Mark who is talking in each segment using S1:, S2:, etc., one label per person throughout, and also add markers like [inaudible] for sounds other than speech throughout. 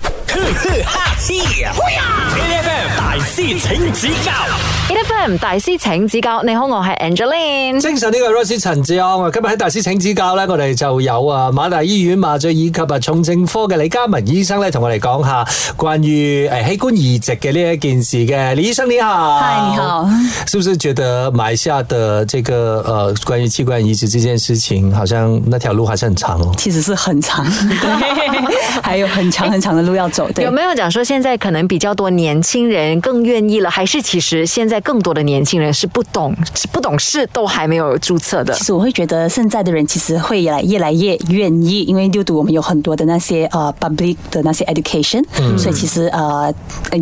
S1: 呵呵哈嘿呀！A F M 大师請指教
S2: ，E F M 大師請指教。你好，我係 Angeline。
S3: 精神呢個 Rosie 陳志昂啊，今日喺大師請指教咧，我哋就有啊馬大醫院麻醉以及啊重症科嘅李嘉文醫生咧，同我哋講下關於誒器官移植嘅呢一件事嘅。李醫生你好，
S4: 嗨，你好。
S3: 是不是覺得馬來西亞的這個呃關於器官移植這件事情，好像那条路还是很長哦？
S4: 其实是很长，对，还有很长很长的路要走。对
S2: 有，没有讲说现在可能比较多年轻人更愿意了，还是其实现在更多的年轻人是不懂、是不懂事，都还没有注册的
S4: 其？实我会觉得现在的人其实会来越来越愿意，因为六都我们有很多的那些呃 public 的那些 education，、所以其实呃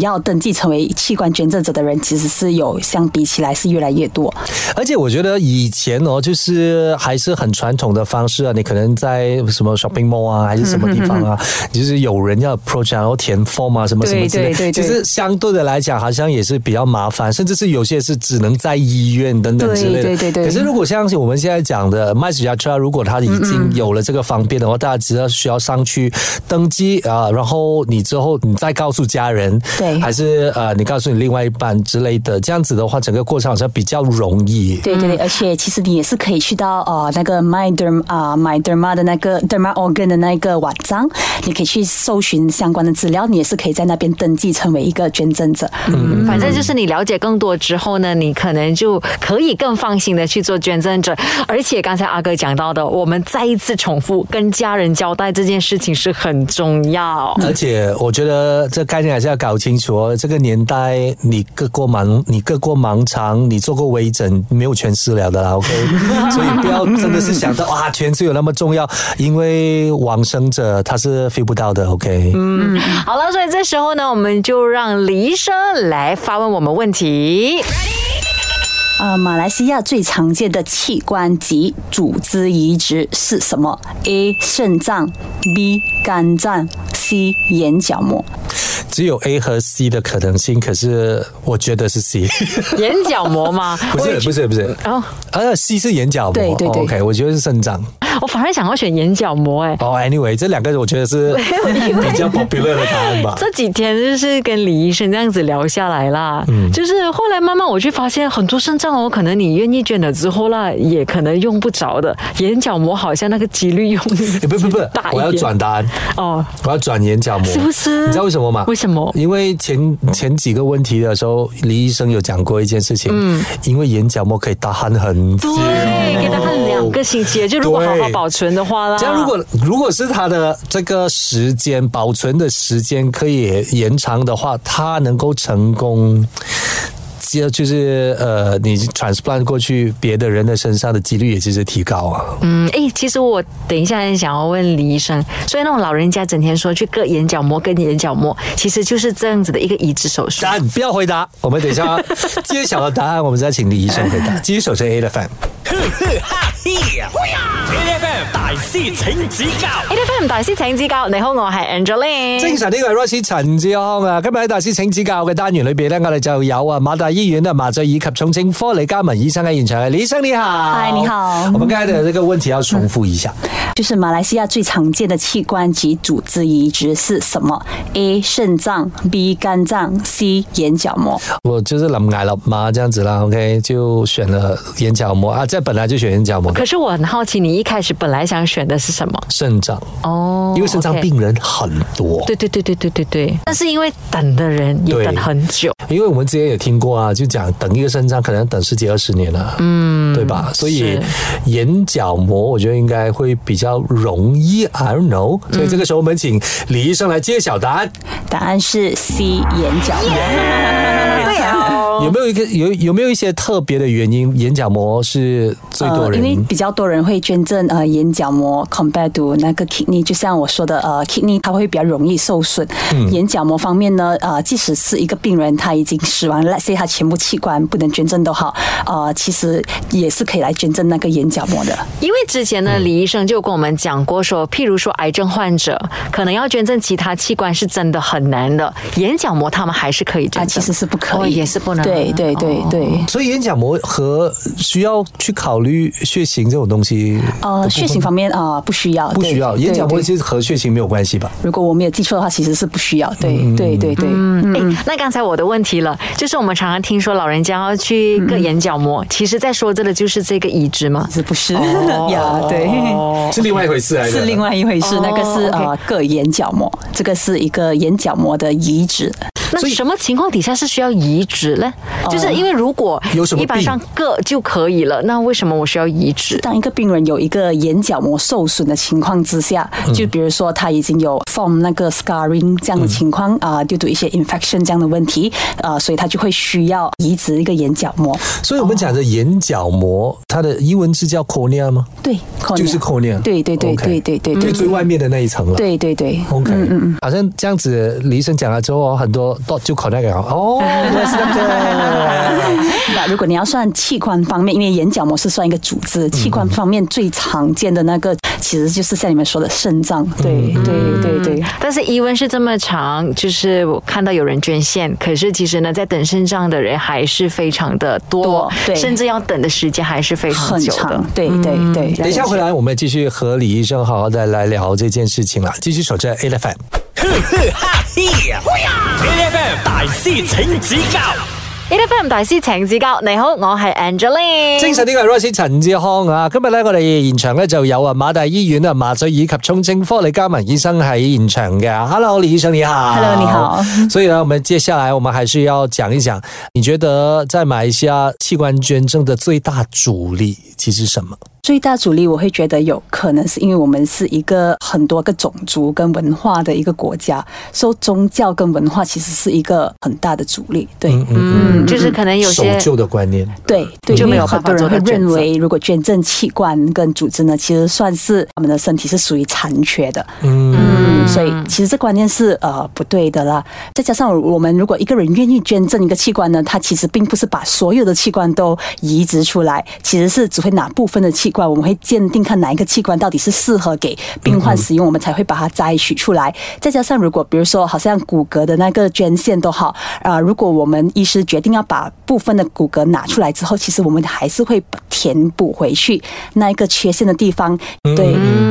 S4: 要登记成为器官捐赠者的人，其实是有相比起来是越来越多。
S3: 而且我觉得以前哦，就是还是很传统的方式啊，你可能在什么 shopping mall 啊，还是什么地方
S4: [laughs]
S3: 啊，就是有人要 approach，然后填 form 啊，什么什么之类。
S4: 对对对对
S3: 其实相对的来讲，好像也是比较麻烦，甚至是有些是只能在医院等等之类的。
S4: 对对对对
S3: 可是如果像我们现在讲的麦子牙车，如果他已经有了这个方便的话，大家只要需要上去登记啊、然后你之后你再告诉家人，
S4: 对
S3: 还是呃你告诉你另外一半之类的，这样子的话，整个过程好像比较容易。
S4: 对对对，嗯而且其实你也是可以去到呃那个 My Derm 啊、My Derma 的那个 Derma Organ 的那个网站，你可以去搜寻相关的资料，你也是可以在那边登记成为一个捐赠者。
S2: 嗯反正就是你了解更多之后呢，你可能就可以更放心的去做捐赠者。而且刚才阿哥讲到的，我们再一次重复跟家人交代这件事情是很重要。
S3: 而且我觉得这概念还是要搞清楚哦。这个年代，你各过盲，你各过盲肠，你做过微整，没有全私了的啦。OK，所
S4: [laughs]
S3: 以不要真的是想到哇，全私有那么重要，因为往生者他是 feel 不到的。OK，
S4: 嗯
S2: 好了，所以这时候呢，我们就让李医生来发问我们问题。
S4: 呃，马来西亚最常见的器官及组织移植是什么？A. 肾脏，B. 肝脏，C. 眼角膜。
S3: 只有 A 和 C 的可能性，可是我觉得是 C，
S2: 眼角膜吗？
S3: 不是不是不是，
S2: 哦，
S3: 呃，C 是眼角膜。
S4: 对对对
S3: o k 我觉得是肾脏。
S2: 我反而想要选眼角膜哎。
S3: 哦、a n y w a y 这两个我觉得
S2: [laughs]
S3: 是比较 popular 的答案吧。
S2: 这几天就是跟李医生这样子聊下来啦，
S3: 嗯
S2: 就是后来慢慢我去发现，很多肾脏哦，可能你愿意捐了之后啦，也可能用不着的。眼角膜好像那个几率用
S3: 欸不不不
S2: 大一，点
S3: 我要转答案。
S2: 哦，
S3: 我要转眼角膜，
S2: 是不是
S3: 你知道为什么吗？
S2: 为什么
S3: 因为前前几个问题的时候，李医生有讲过一件事情，因为眼角膜可以打鼾很久，
S2: 嗯对，给他看两个星期，就如果好好
S3: 对
S2: 保存的话啦，
S3: 这样如果如果是它的这个时间保存的时间可以延长的话，它能够成功。就就是呃，你 transplant 过去别的人的身上的几率也其实提高啊。
S2: 嗯，哎，其实我等一下很想要问李医生，所以那种老人家整天说去割眼角膜、割眼角膜，其实就是这样子的一个移植手术。
S3: 但不要回答，我们等一下啊揭晓了答案，我们再请李医生回答。继续首先 A 的 fan。
S1: 呵呵哈嘿呀！A F M 大师請指教
S2: A F M 大師請指教，你好，我係 Angeline。
S3: 精神呢個係 Rosie 陳志康啊，今日喺大師請指教嘅單元裏邊咧，我哋就有啊馬大醫院啊麻醉以及重症科李嘉文醫生喺現場嘅，李醫生你好，
S4: 嗨你好
S3: 我們剛才的這個問題要重複一下，
S4: 就是马来西亚最常见的器官及组织移植是什么？A. 肾脏，B. 肝脏，C. 眼角膜。
S3: 我就是臨崖勒馬這樣子啦，OK，就選了眼角膜啊，這本來就選眼角膜的
S2: 可是我很好奇，你一开始本来想选的是什么？
S3: 腎臟，
S2: 哦，
S3: 因為腎臟
S2: OK
S3: 病人很多。
S2: 对对对对对对对，但是因为等的人也
S3: 对
S2: 等很久，
S3: 因为我们之前也听过啊，就讲等一个肾脏可能要等十几二十年了，嗯，对吧？所以
S2: 是
S3: 眼角膜我觉得应该会比较容易，I don't know。所以这个时候我们请李医生来揭晓答案，
S4: 答案是 C. 眼角膜。
S2: 对啊，
S4: 嗯
S3: 有没有一个有有没有一些特别的原因，眼角膜是最多
S4: 呃，因为
S3: 人？
S4: 比较多人会捐赠呃眼角膜，compared to 那个 kidney，就像我说的呃 kidney 它会比较容易受损。
S3: 嗯
S4: 眼角膜方面呢，呃，即使是一个病人他已经死亡，let's say 他全部器官不能捐赠都好，呃，其实也是可以来捐赠那个眼角膜的。
S2: 因为之前
S3: 嗯
S2: 呢，李医生就跟我们讲过说，譬如说癌症患者可能要捐赠其他器官是真的很难的，眼角膜他们还是可以捐
S4: 啊，
S2: 赠，
S4: 其实是不可以，
S2: 哦也是不能哦
S4: 对对对对。
S3: 所以眼角膜和需要去考虑血型这种东西
S2: 哦
S4: 呃，血型方面啊、呃不需要，
S3: 不
S4: 对
S3: 需要，
S4: 对
S3: 眼角膜
S4: 对
S3: 其实和血型没有关系吧？
S4: 如果我没有记错的话，其实是不需要。对、
S3: 嗯
S4: 对对对，
S2: 哎，那刚才我的问题了，就是我们常常听说老人家要去割
S4: 嗯
S2: 眼角膜，其实在说这的就是这个移植嘛。
S4: 是不是？ [laughs] 呀，对。
S3: 是另外一回事来的。
S4: 是另外一回事，
S2: 哦
S4: 那个是
S2: OK
S4: 呃个眼角膜，这个是一个眼角膜的移植，
S2: [laughs] 那什么情况底下是需要移植呢？
S4: 哦
S2: 就是因为如果
S3: 有什么
S2: 一般上割就可以了，那为什么我需要移植？
S4: 当一个病人有一个眼角膜受损的情况之下，
S3: 嗯
S4: 就比如说他已经有 form 那个 scarring 这样的情况
S3: 嗯
S4: 啊，due to 一些 infection 这样的问题啊、所以他就会需要移植一个眼角膜。
S3: 所以我们讲的眼角膜，它的英文是叫 cornea 吗？
S4: 对，
S3: 就是 cornea。
S4: 哦对对对
S3: OK
S4: 对对对
S3: 就
S4: 对
S3: 最外面的那一层了。。
S4: 对嗯对对。
S3: OK，好像这样子，李医生讲了之后，很多 dot 就 connect 了。
S4: [laughs]
S3: 哦，原来是这样的。
S4: 那如果你要算器官方面，因为眼角膜是算一个组织，器官方面最常见的那个其实就是像你们说的肾脏。对对对对。
S2: 嗯但是疑问是这么长，就是我看到有人捐献，可是其实呢，在等肾脏的人还是非常的多，
S4: 多对
S2: 甚至要等的时间还是非常
S4: 很嗯
S2: 久的
S4: 长。，对对对。
S3: 等一下回来，我们继续和李医生好好的来聊这件事情了。继续守着 A F M。
S1: 呵呵哈嘿呀！F M 大师请指教
S2: 8 FM 大師請指教，你好，我係 Angeline。
S3: 精神呢個係 Royce 陳志康啊，今日咧我哋現場咧就有啊馬大醫院啊麻醉以及重症科李嘉文醫生喺現場嘅。Hello，李醫生你好。
S4: Hello，你好。
S3: 所以呢，我們接下來我們還是要講一講，你覺得在馬來西亞器官捐贈的最大阻力其實是什么？
S4: 最大阻力，我会觉得有可能是因为我们是一个很多个种族跟文化的一个国家，所以宗教跟文化其实是一个很大的阻力。对、
S2: 嗯，就是可能有
S3: 守
S2: 些
S3: 旧的观念。
S4: 对对，
S2: 就没有
S4: 因为很多人
S2: 办法做
S4: 会
S2: 到
S4: 认
S2: 捐赠
S4: 为，如果捐赠器官跟组织呢，其实算是他们的身体是属于残缺的。
S3: 嗯
S4: 嗯，所以其实这观念是呃不对的啦。再加上我们如果一个人愿意捐赠一个器官呢，他其实并不是把所有的器官都移植出来，其实是只会拿部分的器官，我们会鉴定看哪一个器官到底是适合给病患使用，我们才会把它摘取出来。再加上如果比如说好像骨骼的那个捐献都好，啊、如果我们医师决定要把部分的骨骼拿出来之后，其实我们还是会填补回去那一个缺陷的地方。对、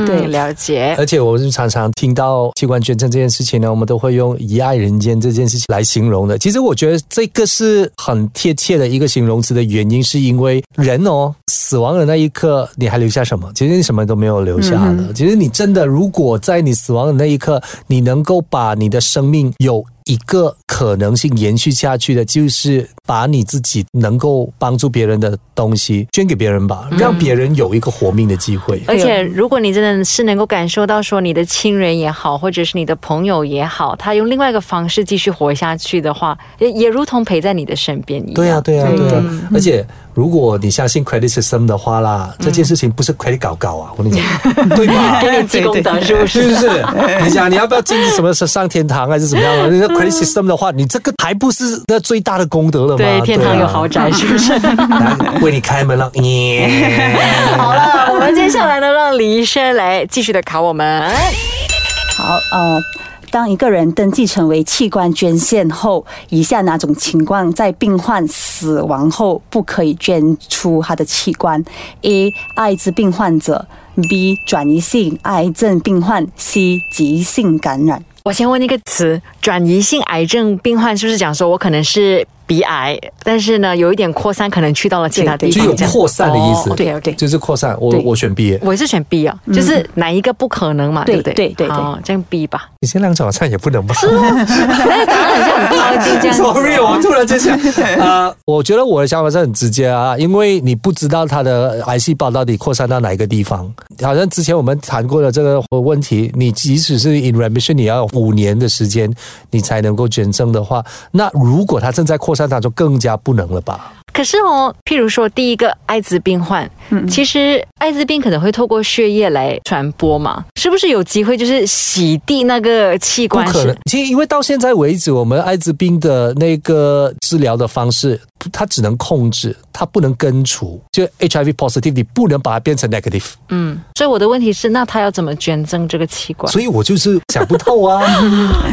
S4: 对
S2: 嗯，。了解。
S3: 而且我们常常听到器官捐赠这件事情呢，我们都会用“遗爱人间”这件事情来形容的。其实我觉得这个是很贴切的一个形容词的原因，是因为人哦，死亡的那一刻你还留下什么？其实你什么都没有留下的。其实你真的，如果在你死亡的那一刻，你能够把你的生命有。一个可能性延续下去的，就是把你自己能够帮助别人的东西捐给别人吧，让别人有一个活命的机会。
S2: 而且，如果你真的是能够感受到说你的亲人也好，或者是你的朋友也好，他用另外一个方式继续活下去的话，也也如同陪在你的身边一样。
S3: 对呀、对呀、啊对呀、
S2: 嗯
S3: 而且，如果你相信 credit system 的话啦，这件事情不是 credit 搞搞啊，我跟你
S2: [laughs]
S3: 讲，对吧？
S2: 给你积功德是不 [laughs]
S3: 是
S2: 是？
S3: 不是？你想你要不要进什么上天堂还是怎么
S2: [laughs]
S3: 样啊？你说 credit system 的话，你这个还不是那最大的功德了吗？
S2: 对，天堂
S3: [laughs]
S2: 有豪
S3: 好
S2: 宅是不 [laughs] 是？
S3: 为你开门了，
S2: [laughs]
S3: 耶！
S2: 好了，我们接下来呢，让李医生来继续的考我们。
S4: 好，呃，当一个人登记成为器官捐献后，以下哪种情况在病患死亡后不可以捐出他的器官？A. 艾滋病患者；B. 转移性癌症病患；C. 急性感染。
S2: 我先问一个词，转移性癌症病患是不是讲说我可能是鼻癌，但是呢有一点扩散，可能去到了其他地
S4: 对对
S3: 就
S2: 方
S3: 有
S2: 这样？
S3: 扩散的意思，
S2: 哦，OK，OK
S3: 就是扩散。我
S4: 对
S3: 我选 B，耶
S2: 我是选 B 啊，
S3: 嗯
S2: 就是哪一个不可能嘛，
S4: 对
S2: 对不对？
S4: 对对对
S2: 好，这样
S3: [laughs]
S2: B 吧。
S3: 你先两种好像也不能
S2: [laughs]
S3: 吧？
S2: 那答 [laughs] 案好像很靠近这样。
S3: Sorry，我突然间
S2: [laughs]
S3: 想，呃，我觉得我的想法是很直接啊，因为你不知道它的癌细胞到底扩散到哪一个地方。好像之前我们谈过的这个问题，你即使是 in remission，你要有五年的时间你才能够捐赠的话，那如果它正在扩散当中，更加不能了吧？
S2: 可是哦，譬如说第一个艾滋病患，
S3: 嗯
S2: 其实艾滋病可能会透过血液来传播嘛，是不是有机会就是洗地那个器
S3: 不
S2: 官？
S3: 可能，其实因为到现在为止，我们艾滋病的那个治疗的方式，它只能控制，它不能根除。就 HIV positive，你不能把它变成 negative。
S2: 嗯，所以我的问题是，那他要怎么捐赠这个器官？ [laughs]
S3: 所以我就是想不透啊。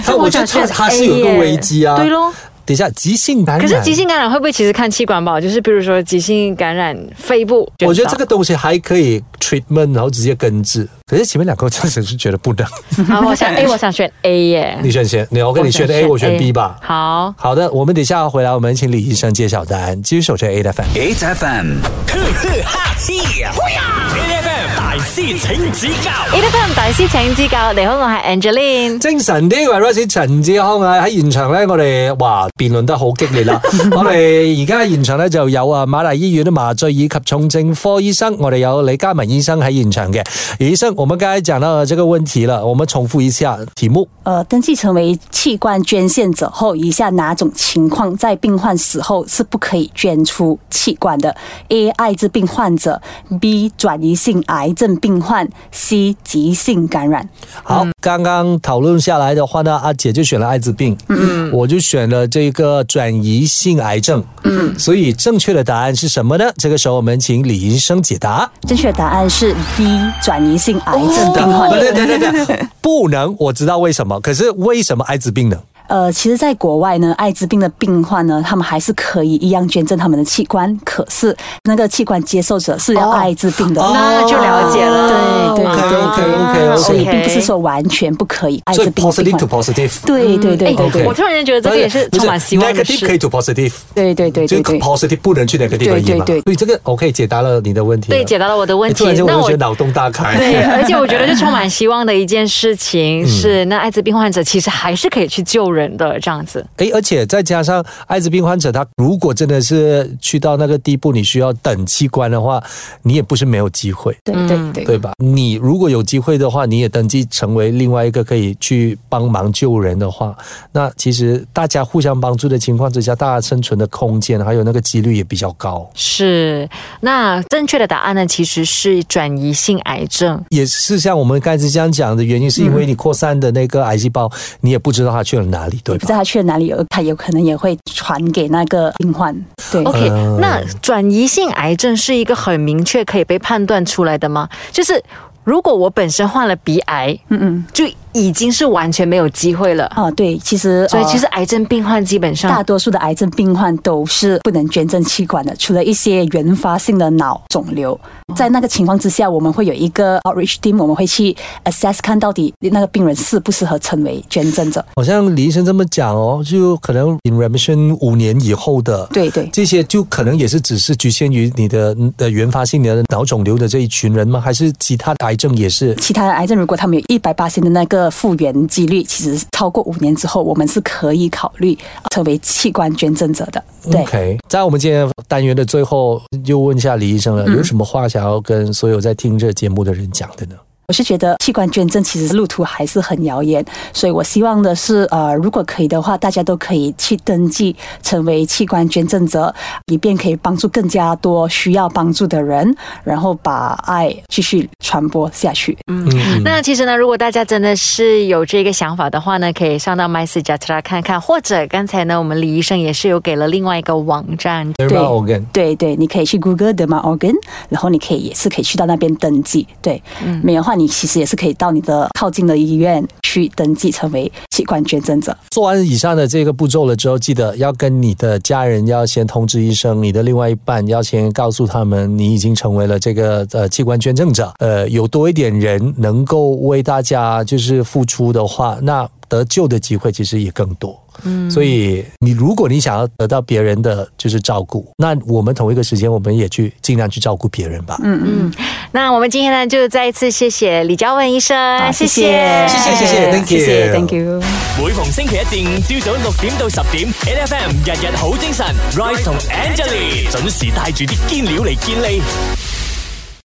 S3: 他 [laughs]
S2: 所以
S3: 我
S2: 我
S3: 觉得
S2: 想
S3: 他
S2: 选
S3: 他是有一个
S2: A 耶
S3: 危机啊。
S2: 哎对。咯，
S3: 等一下，急性感染。
S2: 可是急性感染会不会其实看器官吧？就是比如说急性感染肺部，
S3: 我觉得这
S2: 啊
S3: 个东西还可以 treatment，然后直接根治。可是前面两个我真的是觉得不
S2: [laughs]
S3: 能。
S2: 啊，我想 A，我想选 A 耶。
S3: [laughs] 你选选，你我跟你选 A，我选 B 吧。
S2: 好，
S3: 好的，我们等一下回来，我们请李医生揭晓答案。继续守着 A 的 f
S1: ，H F M，呵呵哈嘿，A F M 大师请指教
S2: A F M 大師請指教，你好，我係 Angeline。
S3: 精神啲嘅 Rosie 陳志康啊，喺現場咧，我哋哇辯論得好激烈 [laughs] 啦！我哋而家現場咧就有啊馬大醫院的麻醉以及重症科醫生，我哋有李嘉文醫生喺現場嘅。李醫生，我們剛才講到這個問題了，我們重複一下題目。
S4: 呃，登记成为器官捐献者后，以下哪种情况在病患死后是不可以捐出器官的？A. 艾滋病患者，B. 转移性癌症病患，C. 急性感染。
S3: 好，剛剛討論下來的話呢，阿姐就選了艾滋病，嗯，我就選了這個轉移性癌症，嗯，所以正確的答案是什麼呢？這個時候我們請李醫生解答。
S4: 正确答案是 B. 转移性癌症病患。
S3: 哦对对对对对，不能，我知道为什么。可是为什么艾滋病呢？
S4: 呃，其实，在国外呢，艾滋病的病患呢，他们还是可以一样捐赠他们的器官，可是那个器官接受者是要艾滋病
S3: 哦
S4: 的，
S2: 哦那就了解了。
S4: 对对
S3: OK，OK，OK，OK
S4: 所以并不是说完全不可以艾
S3: 所以
S4: 滋病病
S3: positive
S4: 患
S3: to。positive，
S4: 对对对对
S3: OK
S4: 对
S2: 我突然间觉得这个也是充满希望的
S3: negative 可
S2: 事
S3: 以。to positive，
S4: 对对对
S3: 就
S4: 对对。
S3: positive 不能去 negative 而已嘛。
S4: 对对对
S3: 所以这个 OK 解答了你的问题了。
S2: 对，解答了我的
S3: 你
S2: 问题
S3: 突然。间我
S2: 那
S3: 就
S2: 我
S3: 觉得脑洞大开。啊
S2: 对，而且我觉得就充满希望的一件事
S3: 嗯
S2: 情是，那艾滋病患者其实还是可以去救人的，这样子。
S3: 诶，哎而且再加上艾滋病患者，他如果真的是去到那个地步，你需要等器官的话，你也不是没有机会。
S4: 对对对
S3: 对吧？你如果有机会的话，你也登记成为另外一个可以去帮忙救人的话，那其实大家互相帮助的情况之下，大家生存的空间还有那个几率也比较高。
S2: 是，那正确的答案呢，其实是转移性癌症。
S3: 也是像我们刚才这样讲的原因，是因为你扩散的那个癌细胞，你也不知道它去了哪里，对
S4: 不
S3: 吧
S4: 知？道他去了哪里，而他有可能也会传给那个病患。对，
S2: OK，、
S3: 嗯
S2: 那转移性癌症是一个很明确可以被判断出来的吗？就是如果我本身患了鼻癌，
S4: 嗯嗯，
S2: 就已经是完全没有机会了。
S4: 啊，对，其实
S2: 所以
S4: 呃
S2: 其实癌症病患基本上
S4: 大多数的癌症病患都是不能捐赠器官的，除了一些原发性的脑肿瘤。在那个情况之下，我们会有一个 outreach team，我们会去 assess 看到底那个病人适不适合成为捐赠者。
S3: 好像李医生这么讲哦，就可能 in remission 五年以后的，
S4: 对对。
S3: 这些就可能也是只是局限于你的的原发性的脑肿瘤的这一群人吗？还是其他癌症也是？
S4: 其他的癌症，如果他们有一百八的那个复原几率，其实超过五年之后，我们是可以考虑呃成为器官捐赠者的。对
S3: OK，在我们今天单元的最后，就问一下李医生了，有什么话想要跟所有在听这节目的人讲的呢？
S4: 我是觉得器官捐赠其实路途还是很遥远，所以我希望的是，呃，如果可以的话，大家都可以去登记成为器官捐赠者，以便可以帮助更加多需要帮助的人，然后把爱继续传播下去。
S3: 嗯，
S2: 那其实呢，如果大家真的是有这个想法的话呢，可以上到 My s i j a t r a 看看，或者刚才呢，我们李医生也是有给了另外一个网站。
S3: 对吧？我跟
S4: 对对，你可以去 Google d e m a Organ，然后你可以也是可以去到那边登记。对，没有的话，你其实也是可以到你的靠近的医院去登记成为器官捐赠者。
S3: 做完以上的这个步骤了之后，记得要跟你的家人要先通知医生，你的另外一半要先告诉他们你已经成为了这个呃器官捐赠者。呃，有多一点人能够为大家就是付出的话，那得救的机会其实也更多。嗯，所以你如果你想要得到别人的就是照顾，那我们同一个时间我们也去尽量去照顾别人吧。
S4: 嗯嗯。
S2: 那我们今天呢，就再一次谢谢李嘉文医生，
S4: 好
S2: 谢
S4: 谢
S2: 谢，
S4: 谢谢谢
S3: 谢谢，thank you
S4: 谢谢，Thank you。
S1: 每逢星期一至五朝早六點到十點，N F M 日日好精神，Rise 同 Angelie 準時帶住啲堅料嚟健利。